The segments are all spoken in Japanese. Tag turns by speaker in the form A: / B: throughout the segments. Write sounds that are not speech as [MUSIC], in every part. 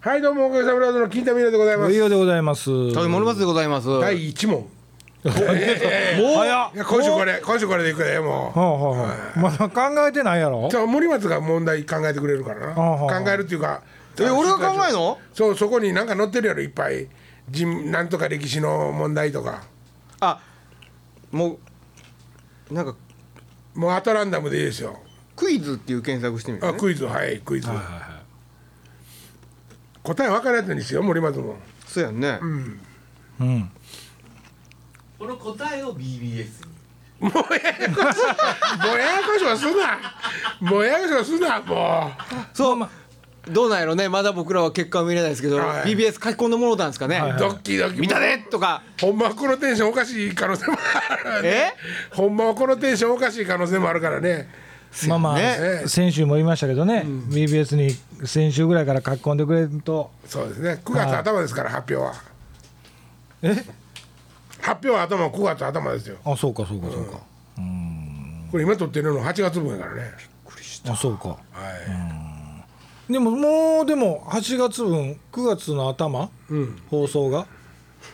A: はいどうもおかげさまでの金田美奈でございます
B: いようでございます。
C: 食べ物バスでございます。
A: 第一問
B: もう早っ
A: いや今週これ今週これでいくでもう
B: はあはあ、まだ考えてないやろ
A: じ。ゃあ森松が問題考えてくれるからな、
B: あはあ
A: 考えるっていうか
C: え俺が考えんの
A: そうそこに何か載ってるやろいっぱい人なんとか歴史の問題とか
C: あ、もうなんか
A: もうアトランダムでいいですよ
C: クイズっていう検索してみる、
A: あ
C: ね。
A: クイズはいクイズ、答え分からないんですよ森松も
C: そうやんね。
B: うん。
D: この答えを BBS に
A: もうややこしいもうややこしいはすなもうややこしいはすなも
C: そう、どうなんやろね。まだ僕らは結果は見れないですけど、
A: はい
C: BBS 書き込んだものなんですかね。
A: うドッキドキ
C: 見たねとか。
A: ほんまはこのテンションおかしい可能性もある、ね、ほんまはこのテンションおかしい可能性もあるからね
B: まあまあ、
A: ね
B: 先週も言いましたけどね、BBS に先週ぐらいから書き込んでくれると、
A: そうですね9月頭ですから発表は
B: え
A: 発表は頭9月頭ですよ
B: あ、そうか、そうか、そうか、
A: これ今撮ってるの8月分やからね
B: あ、そうか。
A: はい、
B: でも、もう、でも、8月分、9月の頭、放送が。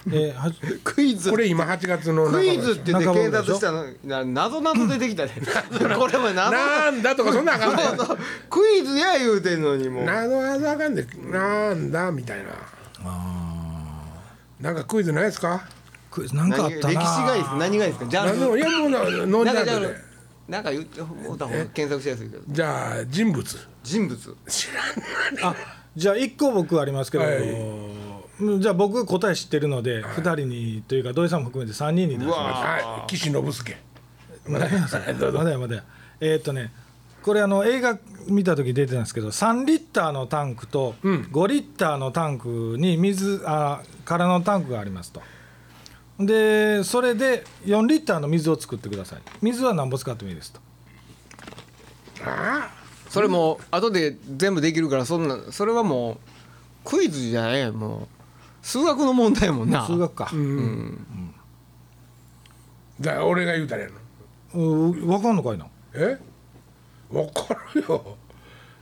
B: えー、はじ
C: クイズ
A: こ。れ今8月の半ば
C: ク
A: でし
C: イ
A: ょ
C: ズって言って検索したのな謎謎出てきたね。 [LAUGHS] これも謎
A: なんだとかそんなんあかんねん
C: 々。クイズや言うてんのにもう。
A: なのあざあかんでなんだみたいななんかクイズないですか
B: クイズなんかあったな。
C: 何歴史がいいです。何がいいですか。ジャ
A: 何でも
C: ン
A: い
C: ル。
A: やもうなノンジ
C: な
A: ャ
C: んか
A: ン
C: ジャ
A: ル
C: ン
A: で
C: ル。なんか言ってもうた方が検索しやすいけど。
A: じゃあ人物
C: 人物。
A: 知らん
B: あじゃあ1個僕ありますけど、
A: はい
B: うんじゃあ僕答え知ってるので2人にというか土井さんも含めて3人に出し
C: う
B: ま
C: わ
A: はい岸信介
B: すまだまだやまだやえーっとねこれあの映画見た時出てたんですけど3リッターのタンクと5リッターのタンクに水あ空のタンクがありますとでそれで4リッターの水を作ってください水は何ぼ使ってもいいですと
A: [LAUGHS] あ
C: それもう後で全部できるからそんなそれはもうクイズじゃないやんもう数学の問題やもんな
B: 数学か、う
A: じゃあ俺が言うたらやの
B: 分かんのかいな
A: えわかるよ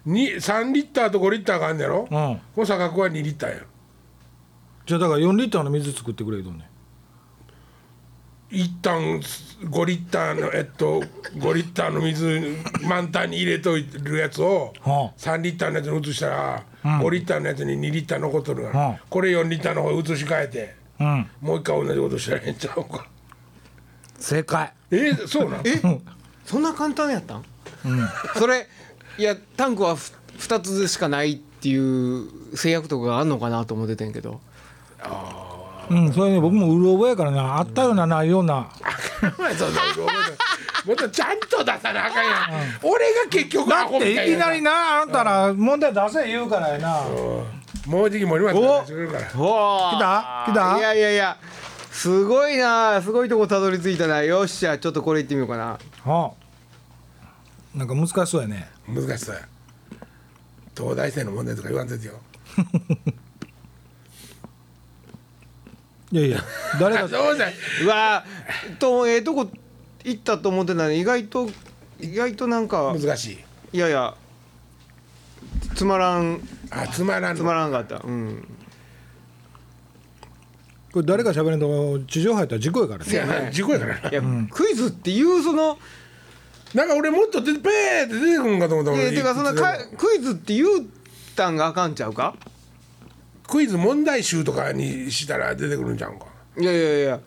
A: に3リッターと5リッターがあんねやろ、
B: うん
A: この差額は2リッターや
B: じゃあだから4リッターの水作ってくれるとね
A: 一旦5リッターのえっと5リッターの水満タンに入れといてるやつを
B: はあ
A: 3リッターのやつに移したら5リッターのやつに2リッター残っとるか
B: は
A: ら
B: あ
A: これ4リッターの方へ移し替えて
B: うん
A: もう一回同じことしたらええんちゃうか
B: 正解
A: えそうなん
C: えそんな簡単やったん、それいやタンクはふ2つしかないっていう制約とかがあんのかなと思っててんけど
B: うん、それね、僕もうる覚えやからな、あったような、ないような。
A: お前そんなこと [LAUGHS] もっとちゃんと出さなあかんやん俺が結局アホみた
B: で
A: い
B: い
A: や
B: きなりな、あんたら問題出せ言うからやな。
A: もうじき森松が出してくれるから
C: お
B: 来た来た
C: いやいやいやすごいなすごいとこたどり着いたなよっしゃちょっとこれいってみようかな
B: はあ。なんか難しそうやね。
A: 難しそうや東大生の問題とか言わんといてよ
B: いやいや、誰
A: あ
B: が。
A: そうじゃ
C: うわーとええとこ行ったと思ってたのに意外と意外となんか
A: 難しい
C: いやいやつまらん
A: あつまらん
C: つまらんかったうん
B: [LAUGHS] これ誰が喋るの、地上入ったら事故やから
A: い
B: ね。
A: や事故やからない
C: や、クイズっていうその、
A: なんか俺もっとでペーって出てくるんかと思ったもん
C: えーてかそんない
A: つでも
C: かクイズって言うたんがあかんちゃうか
A: クイズ問題集とかにしたら出てくるんじゃうんか [LAUGHS]
C: いやいやいや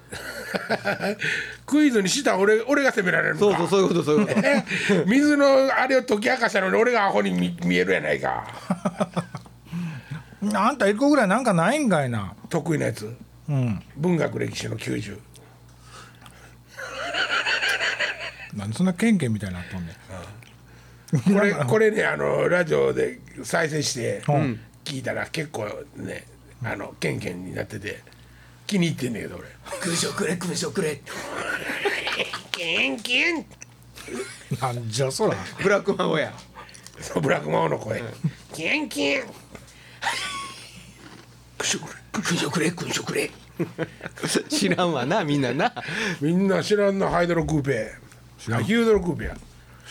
A: クイズにしたら俺俺が責められるのか
C: そうそうそういうことそういうこと
A: え [LAUGHS] 水のあれを解き明かしたのに俺がアホに見見えるやないか
B: あんた一個ぐらいなんかないんかいな。
A: 得意なやつ
B: うん。
A: 文学歴史の90
B: なんでそんなケンケンみたいになっとんねん。
A: これこれねあのラジオで再生して聞いたら結構ねあのケンケンになってて気に入ってんねんけど俺
D: 空所くれ空所くれ
A: ケンケン
B: なんじゃそら。
C: ブラックマンゴや [LAUGHS]
A: そのブラックマオの声ケンケン
D: 空所くれ空所くれ空所くれ
C: 知らんわなみんなな
A: みんな知らんなハイドロクーペあヒュードロクーペや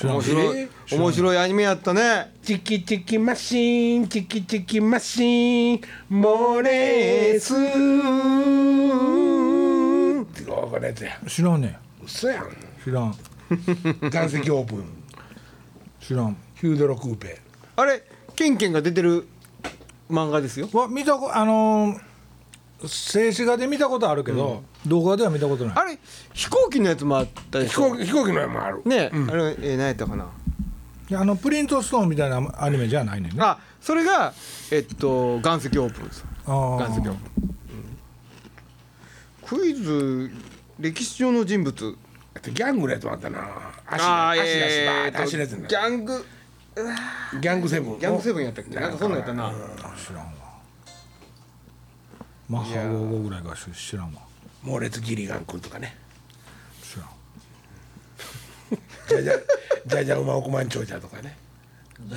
C: 面白い面白いアニメやったね
A: チキチキマシーンチキチキマシーンモレースってこうこのやつや
B: 知らんね
A: 嘘やん
B: 知らん
A: 岩石オープン
B: 知らん
A: ヒュードロクーペ
C: あれケンケンが出てる漫画ですよ
B: わ見たこあのー静止画で見たことあるけど、動画では見たことない
C: あれ飛行機のやつもあったで
A: 飛
C: しょ
A: 行機飛行機の絵もある
C: ねえ、あれ、えー何やったかな
B: であのプリントストーンみたいなアニメじゃないねんね
C: あそれがえっと岩石オープンです
B: あー
C: 岩石オープン、クイズ歴史上の人物
A: あとギャングのやつもあったな足
C: あ
A: 足足足バーっ
C: ー
A: て
C: えーっと
A: 走るやつな
C: ギャング
A: ギャングセブン
C: ギャングセブンやったっけなんかそんなんやったな
B: 知らんわマッハ55ぐらいがし知らんわ
A: 猛烈ギリガン君とかね
B: 知らん
A: じゃじゃじゃじゃ馬億万長者とかね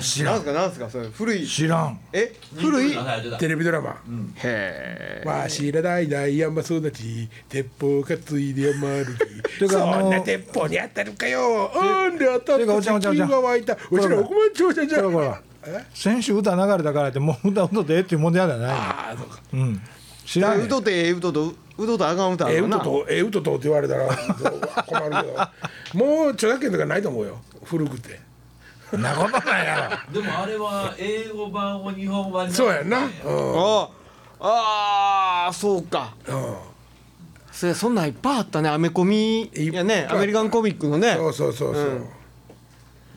B: 知
C: な
B: ら
C: んす
B: ん
C: かなんすかそれ古い
B: 知らん
C: え古いへ
D: あ大丈夫だ
A: テレビドラマ「
C: え
A: わしら代々山育ち鉄砲担いで山歩
B: て
A: き」
B: かあ
A: そ
B: の
A: んな鉄砲に当たるかようんで当た
B: てかおちゃん
A: っ
B: おちゃ
A: た
B: んおちゃ
A: 金
B: ん
A: が湧いたうちら億万長者じゃ
B: ほらほら
A: え
B: 先週歌流れたからってもう歌うとってええっていうもんじゃない
A: ああそうか
B: うん知らんね
C: うとてええうととうととあかん歌あ
A: ええ
C: る
A: うと
C: な
A: とええうととって言われたらそううわ困るけどもう著作権とかないと思うよ古くて
B: んなことないやろ
D: でもあれは英語版を日本版に
A: そうやんなうん
C: あああーそうか
A: うん
C: それそんなんいっぱいあったねアメコミや
A: いっぱいあ
C: ね
A: った
C: アメリカンコミックのね
A: そうそうそうそう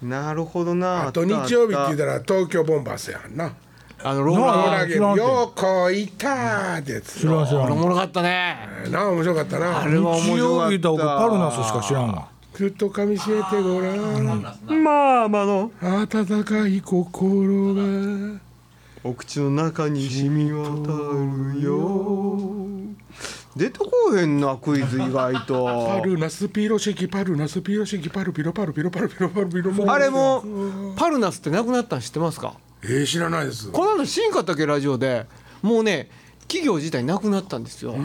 C: なるほどな
A: あと日曜日って言うた
C: だ
A: ら東京ボンバースやんな
C: あのロー
A: ロ
C: ラ
B: あ
A: ー
C: ー
A: ラーゲー
B: 知らん
A: ム
B: て
A: ようこいたーってやつ
B: 知らん知ら
C: あれお
B: ん
C: もろかったね
A: なあ面白かったな
C: あれは面
B: 日
C: 白か
B: 曜
C: った
B: 日と僕パルナスしか知らんわ
A: きっと噛みしめてごらん
C: まあまあの
A: 温かい心が
C: お口の中に染み渡るよ出てこうへんなクイズ意外
A: パ [LAUGHS]
C: と
A: ルナスピロシキパルナスピロシキパルピロパルピロパルピロパルピロ
C: あれもパルナスってなくなったん知ってますか
A: えー、知らないです
C: この間新かったっけラジオでもうね企業自体なくなったんですよ、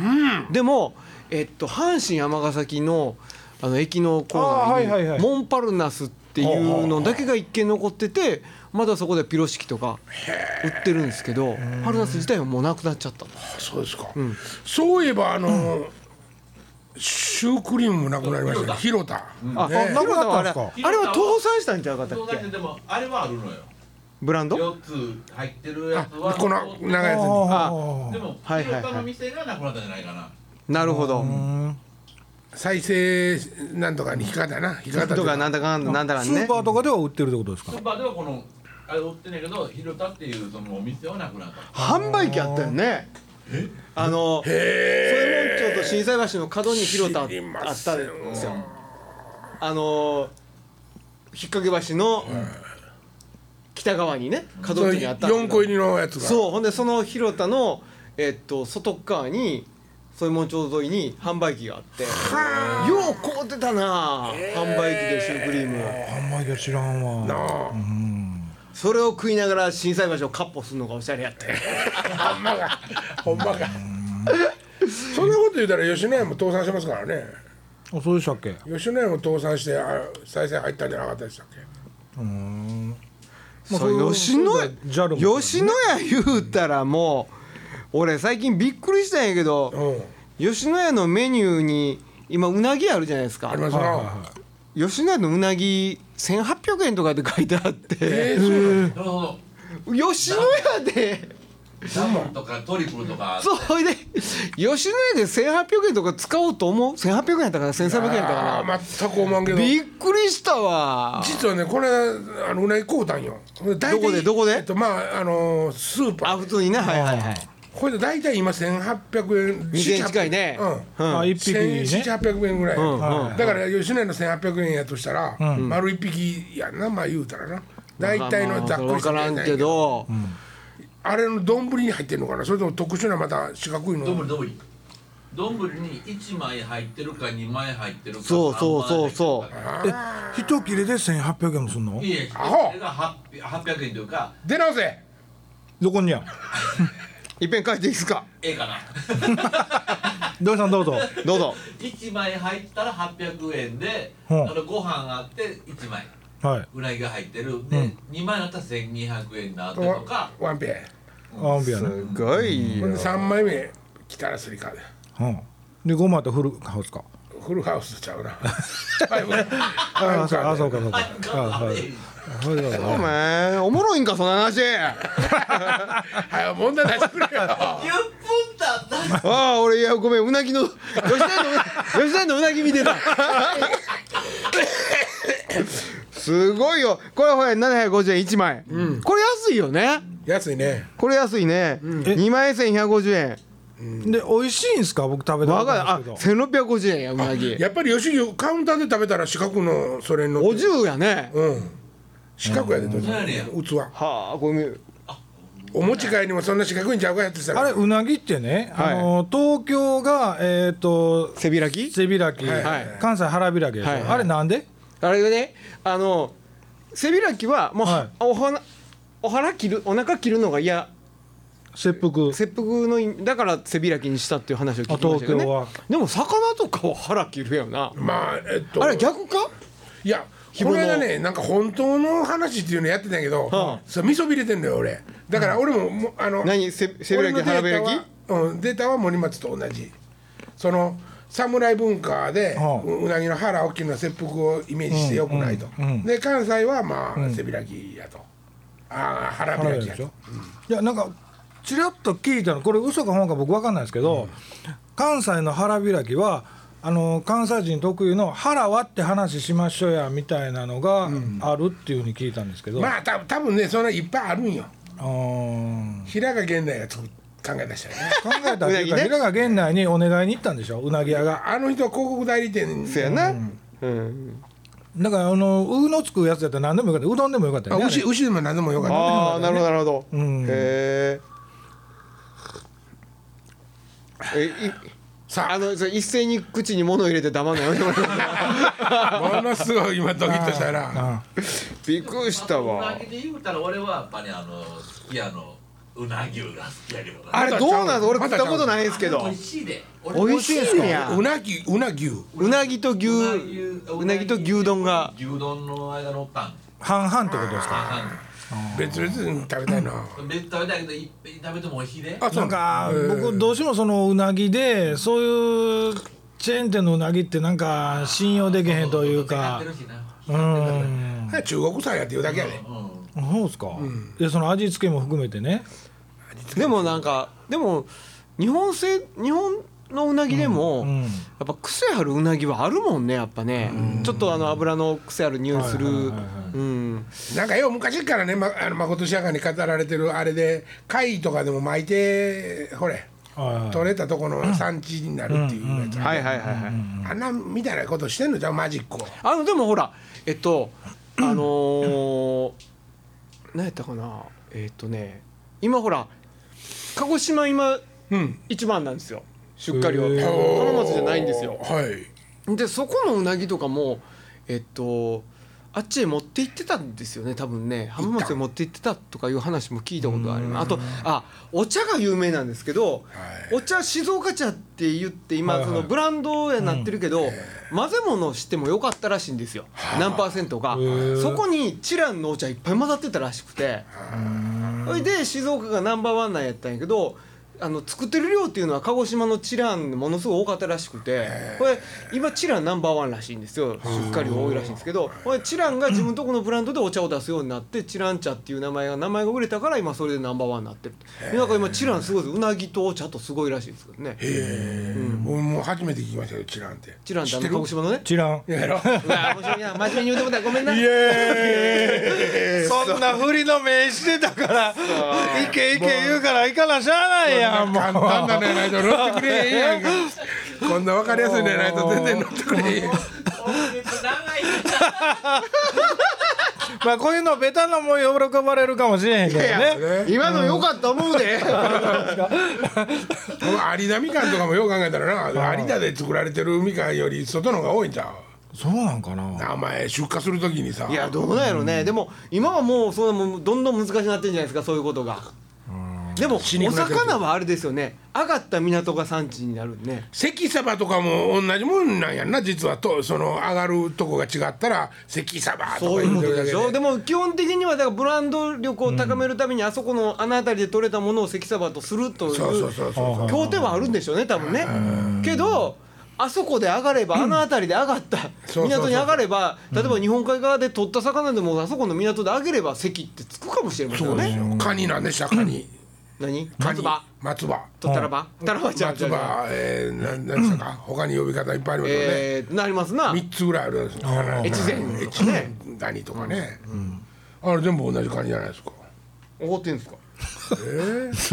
C: でも、えっと、阪神尼崎のあの駅のコーナーに、
B: あーはいはいはい
C: モンパルナスっていうのだけが一見残っててまだそこでピロシキとか売ってるんですけどパルナス自体はもうなくなっちゃったんです
A: そうですか、そういえばあのーシュークリームもなくなりましたね広田、
C: あ、
A: ね
C: なくなったんです
B: なくなったん
C: か
B: で
D: か
C: あれは倒産したんじゃなかった
D: そう
C: っ
D: だ
C: け
D: けどでもあれはあるのよ
C: ブランド
D: 四つ入ってるや
A: あ
D: つは
A: この長いやつに
B: あ
D: で
B: ー
D: も
C: はいはいはい
D: 広田の店がなくなったんじゃないかな
C: なるほど
B: うん
A: 再生なんとかに引っかかったな引っかかった
C: と
A: いう
C: かなんだかんだなんだか
B: ス
C: んね
B: ーパーとかでは売ってるってことですか
D: スーパーではこのあれ売ってないけど広田っていうそのお店はなくなった
C: 販売機あったよねあの
A: へ
C: 宗門町と心斎橋の角に広田あっ
A: 知りません
C: あったんですよあの引っ掛け橋の北側にね
A: ー
C: 角にあったんです
A: 4
C: けど
A: 個入りのやつが
C: そうほんでその広田のえっと外側に宗門町沿いに販売機があってよう買うてたな販売機でシュークリームを
B: あんまり知らんわ
A: なあ
C: それを食いながら心斎橋をカッポするのがおしゃれやったよ
A: ほんまかほんまかそんなこと言うたら吉野家も倒産してますからね
B: あそうでしたっけ
A: 吉野家も倒産してあ再生入ったんじゃなかったでしたっけ
B: うん
C: そう吉野
B: そうだ JAL
C: 家吉野家言うたらもう俺最近びっくりしたんやけど
A: うん
C: 吉野家のメニューに今うなぎあるじゃないですか
A: あります
B: はいはい
A: な
C: 吉野家のうなぎ1800円とかって書いてあって
A: えーそうなん
D: なるほど
C: 吉野家で
D: ダムとかトリプルとか
C: そうほいで吉野家で1800円とか使おうと思う1800円やったかな1300円やったか
A: だあー全く思わんけ
C: な
A: ど
C: びっくりしたわ
A: 実はねこれあのうなぎ買うたんよど
C: どこでどこで
A: えっとまああのースーパ
C: あ
A: ー
C: 普通にねはいはいはい
A: これで大体今1800円
C: 2000円近いね
A: うん
C: うん
B: あ一匹ね
A: 1800円ぐらい、
C: ん
B: うん
A: だから吉野家の1800円やとしたら、
B: うん
A: 丸一匹やんなまあ言うたらな大体のざっく
C: 分
A: りした
C: からんけど
A: あれの丼に入ってるのかなそれとも特殊なまた四角いの
D: どんぶりどんぶりどんぶりに1枚入ってるか2枚入ってるか
C: そうそうそうそう
B: え一切れで1800円もすんの
D: いえ
A: アホ
D: それが800円というか
A: 出直せ
B: どこにやん
C: いっぺん書いていいですか
D: ええかな
B: 土井さんどうぞ
C: どうぞ
D: 1枚入ったら800円で、
B: うん
D: あのご飯あって1枚
B: は
D: うなぎが入ってるで、
B: うん
D: 2枚だったら1200円だったとか
A: ワンペ
B: いアンビアね、
C: すごい
A: ンほん
C: よ
A: で3枚目来たらスリカで
B: うん、で5枚とフルハウスか
A: フルハウスちゃ
C: [LAUGHS]
A: うなファイブファイブ
B: ああそ
A: カ
B: うあ
A: ード
B: そうかそうか
D: はい
B: あはいはいはい
C: お前おもろいんかその話 [LAUGHS]
A: はい問題出してくれよ
D: 10分経った
C: ああ俺いやごめんうなぎの吉田の吉田のうなぎ見てた [LAUGHS] すごいよこれほら750円1枚、これ安いよね
A: 安いね
C: これ安い
B: え
C: ね、2万円1150円
B: で美味しいんすか僕食べた
C: 我
B: こと
C: が
B: な
C: あ
B: いですけ
C: 1650円やうなぎ
A: やっぱり吉木カウンターで食べたら四角のそれの
C: お重やね、
A: うん四角やでどっちも
D: うん
A: 器
C: はあこれ
A: お持ち帰りもそんな四角いんちゃうかやってた
B: ど
A: ら
B: あれうなぎってね、
C: はい
B: あの東京がえっ、と
C: 背開き
B: 背開き、
C: はい
B: 関西腹開きでしょ、
C: はいはい
B: あれなんで
C: あれねあの背開きはもう、
B: はい
C: お花お腹切るお腹切るのが嫌
B: 切腹
C: 切腹の意味だから背開きにしたっていう話を聞きましたけど
B: あ
C: ね
B: 東京は
C: でも魚とかは腹切るよな
A: まあえっと
C: あれ逆か
A: いやこ
C: 紐
A: の
C: の
A: 間ねなんか本当の話っていうのやってたんやけど、
C: はあ
A: そう味噌びれてんのよ俺だから俺ももうあの
C: 何せ背
A: 俺
C: 開
A: の
C: き
A: データ
C: 腹開き
A: はうん、データは森松と同じその侍文化で、
B: はあ
A: ううなぎの腹大きいのは切腹をイメージしてよくないと、
B: うんうん
A: で関西はまあ背開きやと、ああ腹
B: 腹
A: 開
B: 開き
A: き
B: で
A: や
B: しょ
A: と、
B: いやなんかちらっと聞いたのこれ嘘か本か僕分かんないですけど、関西の腹開きはあの関西人特有の腹割って話しましょうやみたいなのがあるっていうふうに聞いたんですけど、あ
A: まあた多分ねそんないっぱいあるんよ
B: ー
A: 平賀源内がと考え出したよね
B: 考えたっていう
C: うなぎ
B: か
C: ね
B: 平賀源内にお願いに行ったんでしょうなぎ屋が
A: あの人は広告代理店
C: せやなうん、
B: だからあの「う」のつくやつやったら何でもよかったうどんでもよかった
A: あ
B: よね
A: 牛牛でも何でもよかった
C: ああなるほどなるほど、
B: うん
C: へええい
A: さあ
C: あのそれ一斉に口に物を入れて黙んのやめてもらえます
B: [LAUGHS]
A: ものすごい今ドキッとしたな
B: あれ
C: びっくりしたわ
D: うなぎで言うたら俺はやっぱりあのすき家のうな牛が好きやけどな
C: あれどうなんです俺食ったことないんですけ
D: あ
C: ど
D: れ美味しいで俺
C: 美味しいんや
A: うなぎうな牛
C: うなぎと牛
D: うなぎ
C: うなぎと牛丼が
D: 牛丼の間のパン
B: 半々ってことですか
D: あ
A: 別々に食べたいな
D: かん別食べたいけどいっぺんに食べても美味しいで
A: あそう
B: なんか
A: えー
B: 僕どうしてもそのうなぎでそういうチェーン店のうなぎってなんか信用できへんというか
D: 買ってるしな
B: うーん
A: はい中国菜やっていうだけやで
D: うん
B: そうですか、でその味付けも含めてね
C: でもなんかでも日本製日本のうなぎでも、
B: うん
C: やっぱ癖あるうなぎはあるもんねやっぱね、ちょっとあの油の癖ある匂いする、
B: はいはいはいはい
C: うん
A: なんかよう昔からねまあの誠社会に語られてるあれで貝とかでも巻いてほれ取れたとこの産地になるっていうやつ
C: はいはいはいはい、
A: あんなみたいなことしてんのじゃんマジックを
C: あのでもほらえっとあのー、何やったかなえっとね今ほら鹿児島今
A: うん
C: 一番なんですよ出荷量
B: へー
C: 浜松じゃないんですよ
A: はい
C: でそこのうなぎとかもえっとあっちへ持って行ってたんですよね多分ね浜松へ持って行ってたとかいう話も聞いたことありますあとあお茶が有名なんですけど、
A: い
C: お茶静岡茶って言って今、
B: はいはい
C: そのブランドになってるけど、混ぜ物してもよかったらしいんですよ、何パーセントが
B: ー
C: そこにチランのお茶いっぱい混ざってたらしくてそれで静岡がナンバーワンなんやったんやけどあの作ってる量っていうのは鹿児島のチランものすごい多かったらしくてこれ今チランナンバーワンらしいんですよ出荷量多いらしいんですけどこれチランが自分とこのブランドでお茶を出すようになってチラン茶っていう名前が名前が売れたから今それでナンバーワンになってるなんか今チランすごいですうなぎとお茶とすごいらしいですけどね
A: えー俺もう初めて聞きましたよチランって
C: チランって
A: 知
C: あ
A: って
C: の
A: る
C: 鹿児島のね
B: 知らん
A: やろ
C: うわ面白いな真面目に言うてもらったらごめんな
A: イエーイ
B: そんなふりの目してたからいけいけ言うからいかなしゃあないやんもう
A: 簡単なねないと乗ってくれへんやんかこんな分かりやすいねないと全然乗ってくれへんやん
D: 今月長いな
B: まあこういうのベタなもん喜ばれるかもしれへんけどね
C: 今の良かった思うで
A: 有田みかんとかもよう考えたらな有田で作られてるみかんより外の方が多いんちゃ
B: そうなんか
A: う
B: な
A: なお前出荷するときにさ
C: いやどうなんやろね、でも今はもうそんなもうどんどん難しくなってるんじゃないですかそういうことがでもお
A: 死にくくなってる
C: 魚はあれですよね上がった港が産地になるんで
A: 関サバとかも同じもんなんやんな実はとその上がるとこが違ったら関サバと
C: そ
A: か
C: うい
A: 言
C: うこ
A: って
C: と
A: るだけ
C: でし
A: で
C: ょでも基本的にはだからブランド力を高めるためにあそこのあの辺りで取れたものを関サバとするという
A: そうそうそうそう
C: 協定はあるんでしょうね多分ねけどあそこで上がればあの辺りで上がった
A: そうそうそう
C: 港に上がれば例えば日本海側で取った魚でもあそこの港で上げれば関ってつくかもしれませ
A: そ
C: んよ
A: うです
C: ね
A: よカニなんでしたカニ
C: 何
A: カ
C: 松
A: ニ
C: 葉
A: 松葉
C: とタラバタラバじゃんじ
A: 松
C: ゃん
A: 葉えーなんなんでしたか他に呼び方いっぱいありますよね
C: えーなりますな
A: 三つぐらいあるんですね。
C: 越前
A: 越前ダニとかね。あれ全部同じ感じじゃないですか。
C: 怒ってんですか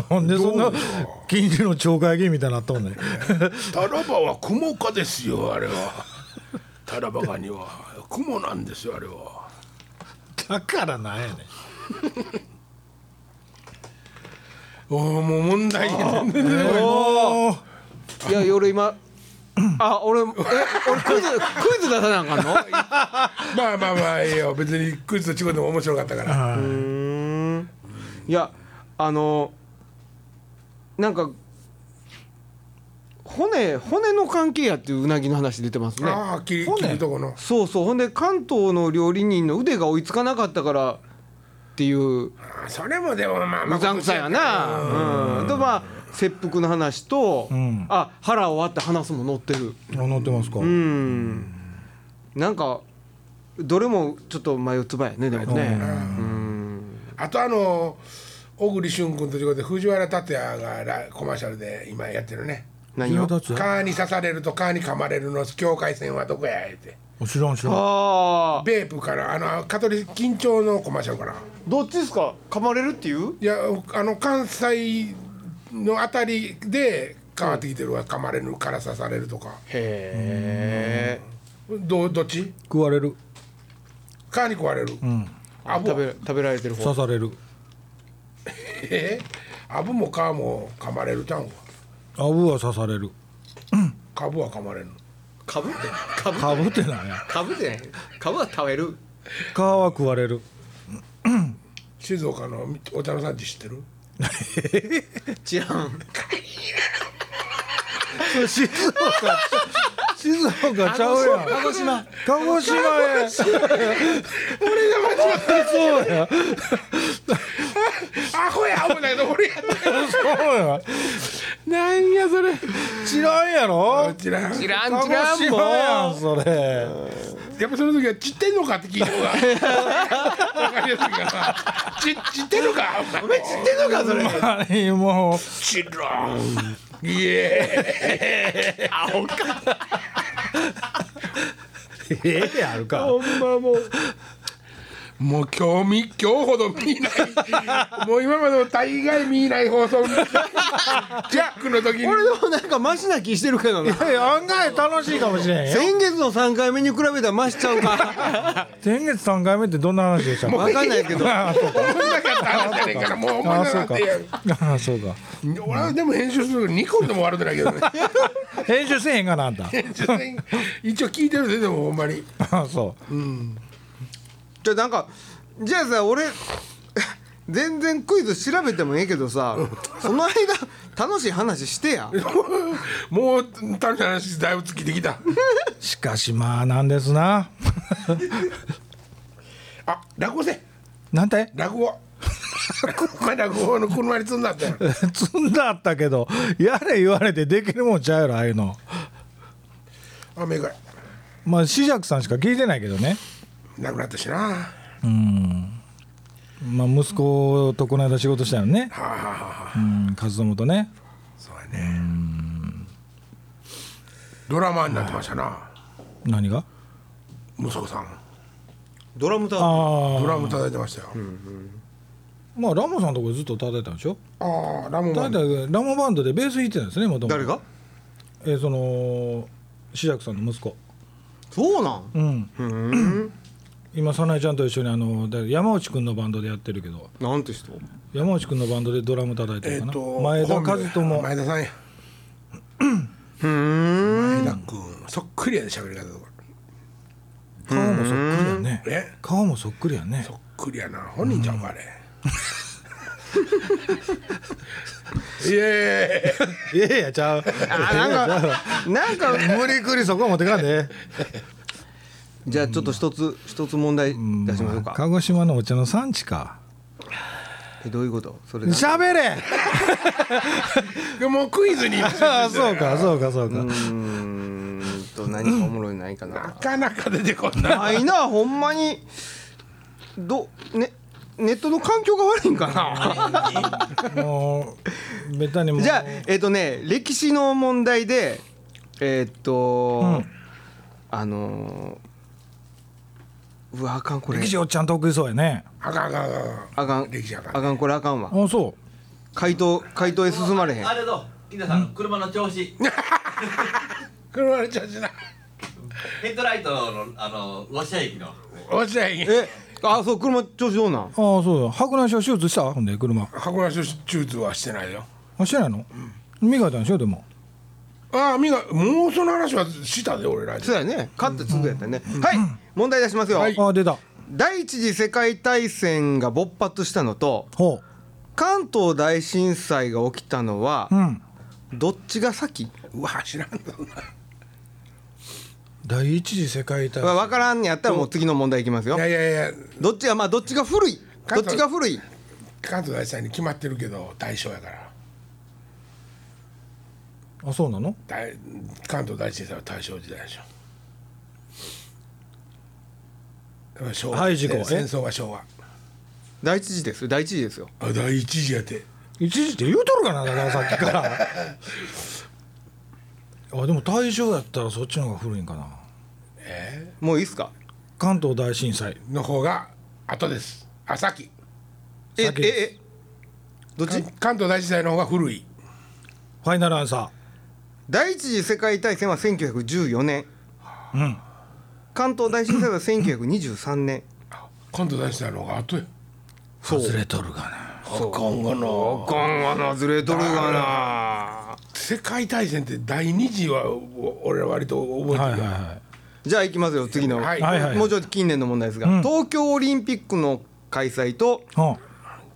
B: ほんでそん
A: ど
B: な
A: うですか
B: 近所の町会議みたいになっとん [LAUGHS] ねん
A: タラバはクモ科ですよあれは。タラバガニはクモなんですよあれは。
B: だからなんやねん
A: おーもう問題全然出てこない
B: おー
C: いや俺今あ俺え俺クイズクイズ出さなあかんの
A: [LAUGHS] まあまあまあいいよ別にクイズと違うでも面白かったから。
B: はい
C: いやあのなんか骨骨の関係やっていううなぎの話出てますね
A: ああ切り
B: 骨
A: 切るとこの。
C: そうそうほんで関東の料理人の腕が追いつかなかったからっていう
A: あーそれもでもまあまあ。
C: うざんくさいやなうんとまあ切腹の話と、
B: ん
C: あ腹を割って話すも載ってる
B: あ乗ってますか、
C: うんなんかどれもちょっと眉唾やねでもねうん
A: あとあの小栗旬君と違って藤原竜也がラコマーシャルで今やってるね。
C: 何を
B: 立つ
A: 蚊に刺されると蚊に噛まれるの境界線はどこや言うて
B: 知らん知らん
C: ああ
A: ベープからあの香取緊張のコマーシャルかな
C: どっちですか噛まれるっていう
A: いやあの関西のあたりで変わってきてるわ噛まれるから刺されるとか
C: へえ
A: どどっち
B: 食われる、
A: 蚊に食われる、
B: うん、
A: アブ
C: 食べ食べられてる
B: 刺
C: 方
B: される
A: えアブも蚊も噛まれるちゃうんわ
B: アブは刺される
A: カブは噛まれる
C: かぶってかぶ
B: かぶってない
C: かぶってかぶは食べる
B: 皮は食われる
A: 静岡のお茶の産地知ってる
C: 知らん
B: 静岡静岡ちゃうやん
C: 鹿児島
B: 鹿児島や俺が間違ってそうや
A: アホや思うんだけど俺やっ
B: そうやなんやそれ知らんやろ
A: たら
C: 知
A: や
C: らん
B: 鹿
C: 知らん
B: 児島や
C: も
B: ん
C: う
B: それ
A: っぱその時は散ってんのかって聞いた方がわかりやすいからち散ってるかお前散ってんのかそれ
B: あれもう
A: 知らん。いえ。
B: ええやるか
C: ほんまもう
A: もう今日見今日ほど見ない。もう今までも大概見ない放送。ジャックの時に。
C: 俺でもなんかマシな気してるけどな
B: え案外楽しいかもしれんよ
C: 先月の3回目に比べたらマシちゃう [LAUGHS] か
B: 先月三回目ってどんな話でしたっけ
C: わかんないけど
B: あそうか
A: 思んなかった話じゃねえからもう思ん
B: あ
A: な
B: そ
A: か
B: う
A: っ
B: か
A: たやん
B: あそうか
A: 俺はでも編集するニコンでも悪くないけどね
B: 編集せえへんかなあんた
A: 編集せん [LAUGHS] 一応聞いてるででもほんまに
B: あそ
C: じゃあなんかじゃあさ俺全然クイズ調べてもええけどさその間楽しい話してや
A: もう楽しい話だいぶ尽きてきた
B: うしかしまあなんですな
A: あ落語せ
B: なんて
A: 落語 [LAUGHS] お前落語の車に積んだったやん
B: 積んだあったけどやれ言われてできるもんちゃうやろああいうの
A: あ目が
B: まあ紫尺さんしか聞いてないけどね
A: なくなったしな
B: うんまあ息子とこの間仕事したのね
A: はあはあはあ
B: うん和友とね
A: そうやねドラマーになってましたな
B: 何が
A: 息子さん
C: ドラムタ
B: ああ
A: ドラム叩いてましたよ
B: まあラモさんとこでずっと叩いてたんでしょ
A: ああラムマ
B: 叩い
A: ン
B: たけどラモバンドでベース弾いてたんですねもともと
C: 誰が
B: えーその紫尺さんの息子
C: そうなん
B: うん
C: うん
B: 今早苗ちゃんと一緒にあのだ山内くんのバンドでやってるけど
C: なんて人
B: 山内くんのバンドでドラム叩いて
A: え
B: るか
A: っ
B: な、
A: と
B: 前田
A: コンビ
B: 和友
A: 前田さんや
C: ふーん
A: 前田君そっくりやで喋り方とか
B: 顔もそっくりやね
A: え
B: 顔もそっくりやね
A: そっくりやな本人ちゃうかあれ [LAUGHS] イエーイ
B: いやいやちゃう
C: あなんかなんか
B: 無理くりそこ持ってかんで
C: じゃあちょっと一つ一つ問題出しましょうか
B: [LAUGHS] 鹿児島のお茶の産地か
C: えどういうことそれなん
B: 喋れ
A: でもうクイズに
B: [LAUGHS] ああそうかそうかそうか
C: うーんと何かおもろいのないか
A: な
C: な
A: かなか出てこんな
C: ないなほんまにどねネットの環境が悪いんかな
B: もうベタにもう
C: じゃあえっ、とね歴史の問題でえっと、
B: うん
C: あのーうわあかんこれ
B: 歴史おっちゃん得意そうやね
A: あかんあかんあかん
C: あかん
A: 歴史あかん
C: あかんこれあかんわ
B: あそ
C: 回答回答へ進まれへん
D: あれどう稲さん車の調子
A: 車の調子な
D: ヘッドライトのあのロシア駅の
A: おっしゃい
C: えあそう車調子どうなん
B: うああそうだ白内障手術したほんで車
A: 箱根所手術はしてないよ
B: あしてないの磨いたんでしょでも
A: ああみんなもうその話はしたで俺らに
C: そうやね勝ってすぐやったね、はい問題出しますよ、
B: ああ出た
C: 第一次世界大戦が勃発したのと
B: ほ
C: 関東大震災が起きたのは
B: ううん
C: どっちが先、
A: うわ知らんぞ
B: 第一次世界大
C: わ
B: 戦
C: 分からんにやったらもう次の問題いきますよ
A: いやいやいや
C: どっちがまあどっちが古いど
A: 関
C: っ
A: 東
C: ちが古い
A: 関東大震災に決まってるけど大正やから
B: あそうなの
A: 大関東大震災は大正時代でしょだから昭和
B: はい事故
A: ね戦争は昭和
C: 第一次ですよ第一次ですよ
A: あ第一次やて
B: 一時って言うとるかなだからさっきから [LAUGHS] あでも大正やったらそっちの方が古いんかな
A: え
C: もういいっすか
B: 関東大震災
A: ーの方が後ですあ先
C: ええ
B: 先
C: えどっ
A: 関
C: ち
A: 関東大震災の方が古い
B: ファイナルアンサ
C: 第一次世界大戦は1914年
B: ーうん
C: 関東大震災は1923年
A: 関東大震災の方が後や
B: 外れとるかな
A: 今後の
C: 今後のずれとるがな
A: 世界大戦って第二次はお俺は割と覚えて
B: はい
A: る
B: はい
A: よ
B: は
C: じゃあいきますよ次の、
A: はい
B: はいはい
C: もうちょっと近年の問題ですが、
B: うん
C: 東京オリンピックの開催と、
B: いは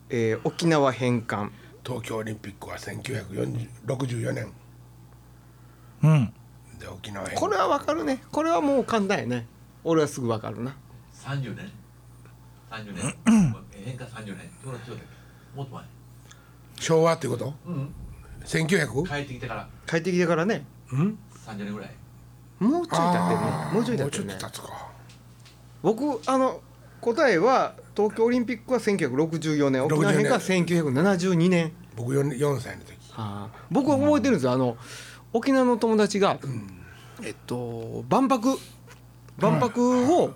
C: えー沖縄返還
A: 東京オリンピックは1964年
B: あうん
A: で沖縄へ
C: これはわかるねこれはもう簡単やね俺はすぐわかるな
D: 30年30年変化30年どうなってるもっと前
A: 昭和ってこと
D: うん帰
A: 1900?
D: ってきてから
C: 帰ってきてからね
A: うん
D: 30年ぐらい
C: もうちょい経ってるねもうちょい経
A: も
C: っ
A: う
C: て
A: ちょっ
C: る
A: と
C: ね
A: 経つか
C: 僕あの答えは東京オリンピックは1964年沖縄返還は1972年
A: 僕 4, 4歳の時
C: あー僕は覚えてるんですよあの沖縄の友達が、えっと万博万博を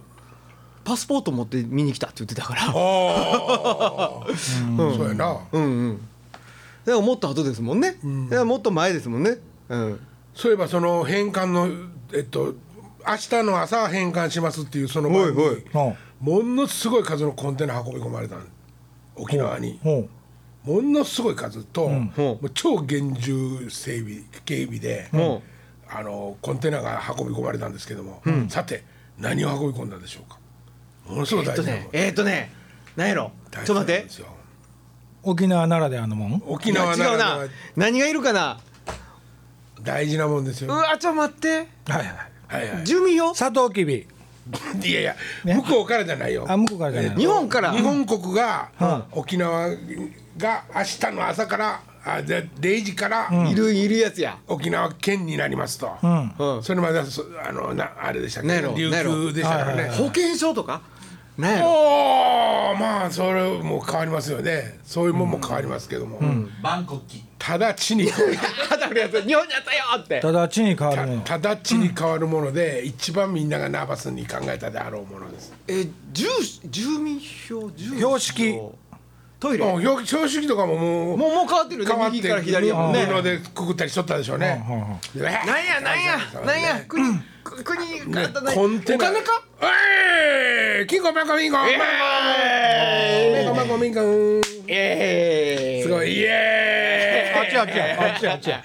C: パスポート持って見に来たって言ってたから、
A: ああ、 [LAUGHS] そうやな
C: うんうんでももっと後ですもんね、でももっと前ですもんねうん
A: そういえばその返還のえっと明日の朝返還しますっていうその前に
C: おいおい
B: ほ
A: ものすごい数のコンテナ運び込まれたん沖縄に
B: うほ
A: ものすごい数と、
B: ん
A: もう超厳重整備警備で、
C: も
A: あのコンテナが運び込まれたんですけども、さて何を運び込んだんでしょうかものすごいう
C: え
A: 大
C: っと
A: 事なも
C: ね
A: の、
C: えっとねなんやろちょっと待って
B: う沖縄ならではのもん
A: 沖縄
C: いや違うな何がいるかな
A: 大事なもんです
C: う
A: よ、は
C: わちょっと待って
B: はいはい
A: いは
C: 住民よ
B: サトウキビ
A: い、いやいや、
B: ね
A: 向こうからじゃないよ
B: あ向こうからじゃないの
C: 日本から
A: 日本国が、
B: は
A: 沖縄が明日の朝からあで0時から、
C: いるいるやつや
A: 沖縄県になりますと、
B: うん
C: うん
A: それまではそあのなあれでしたっ
C: な
A: け
C: いの
A: 琉
C: ないの
A: 球でしたからね、
C: 保険証とかなんやろ
A: おおまあそれも変わりますよねそういうもんも変わりますけども、
D: 万国旗
A: ただちに
C: あたるやつ日本にあったよって
B: ただちに変わるもの
A: ただちに変わるもので、一番みんながナーバスに考えたであろうものです。
C: え住住民票住民
B: 標識
C: トイレ
A: も
C: も
A: う
C: う
A: 標標識とかももう
C: もう変わってるね
A: 変わって
C: 右から左やもんね
A: 布でくくったりしとったでしょうね。
B: うんうんうん
A: うわ
C: なんやなんやなんや国国変わった
A: ね
C: ね
A: コンテナ
C: お金か
A: おい金庫バコミンコメコバコミンコ
C: ええ
A: すごいイエーイ
B: あっちやあっちやあっちやあっちや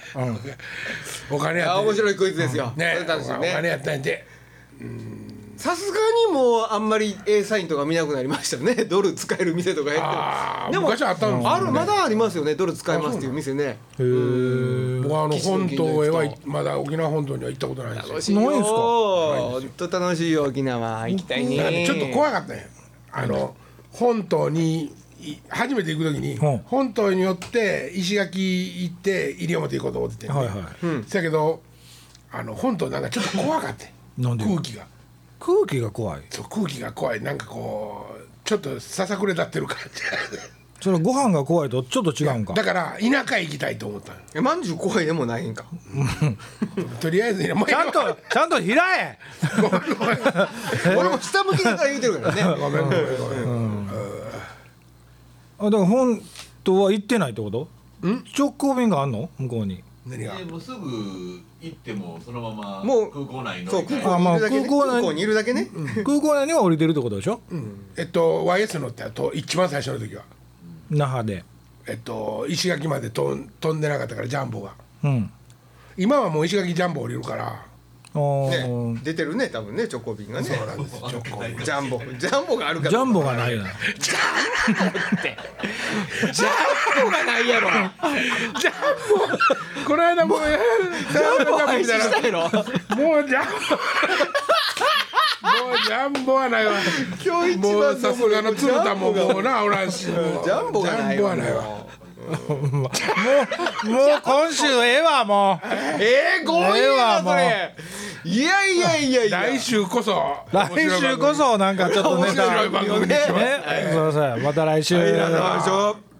B: うん
A: お金やっ
C: あ
A: て
C: 面白いクイズですよ。
A: ね
C: これ楽しい
A: お金
C: ね。
A: やったんやて
C: さすがにもうあんまり A サインとか見なくなりましたねドル使える店とか減
A: あ
C: っ
A: ー
C: てでも
A: 昔あったんですよね
C: あるまだありますよねドル使えますっていう店ね
B: へー
A: 僕はあの
C: 岸の
A: 本
C: 近所
A: 島
C: 行くと
A: へはまだ沖縄本島には行ったことないんですよ
C: 楽しいよ
B: ないんすか
C: 本当楽しいよ沖縄行きたい
A: だからね
C: ね
A: ちょっと怖かったんやあの本島にい初めて行く時に
B: うん
A: 本島によって石垣行って西表行こうと思ってて、
B: はいはい
A: そやけどあの本島なんかちょっと怖かったんや
B: なんで
A: 空気が
B: 空気が怖い
A: そう空気が怖いなんかこうちょっとささくれ立ってる感
B: [LAUGHS]
A: じ
B: それご飯が怖いとちょっと違うんか
A: だから田舎へ行きたいと思ったんよ
C: えまんじゅう怖いでもないんか
A: とりあえずねもう
B: ちゃんとちゃんと開え
C: 俺も下向きだから言うてるからね
A: [LAUGHS] ごめんごめんごめん、
B: あだから本当は行ってないってこと直行便があんの向こうに
A: 何が
D: でもうすぐ行ってもそのまま
C: もう
D: 空港内の
C: そう空
B: あまあ
C: 港にいるだけね
B: 空港内
C: 空港にいるだけね
B: 空港内には降りてるってことでしょ
A: えっと YS 乗ったと一番最初の時は
B: 那覇で
A: えっと石垣まで飛ん飛んでなかったからジャンボが
B: うん
A: 今はもう石垣ジャンボ降りるから
B: あー
C: ね出てるね多分ねチョコビンがね
A: そうなんですよ直行
C: ジャンボジャンボがあるから
B: ジャンボがないな
C: ジャンボがないやろ
A: この間もう [LAUGHS] ジャンボ
C: 廃止したやろ
A: もうジャンボもうジャンボはないわ
C: 今日一番
A: も
C: の
A: うさすがの鶴田ももうなおらんしジ
C: ジャンボがな
A: ジャン
C: い
A: ボは
C: わ
A: ないわ
C: もう
B: もう今週ええわも
C: えー、強引やなそれいやいやいやいや
A: 来週こそう
B: 来週こそなんかちょっと
A: 面
B: ネタ
A: 白い
B: ね
A: 番組にします
B: そうそうまた来週
C: ありがとうございました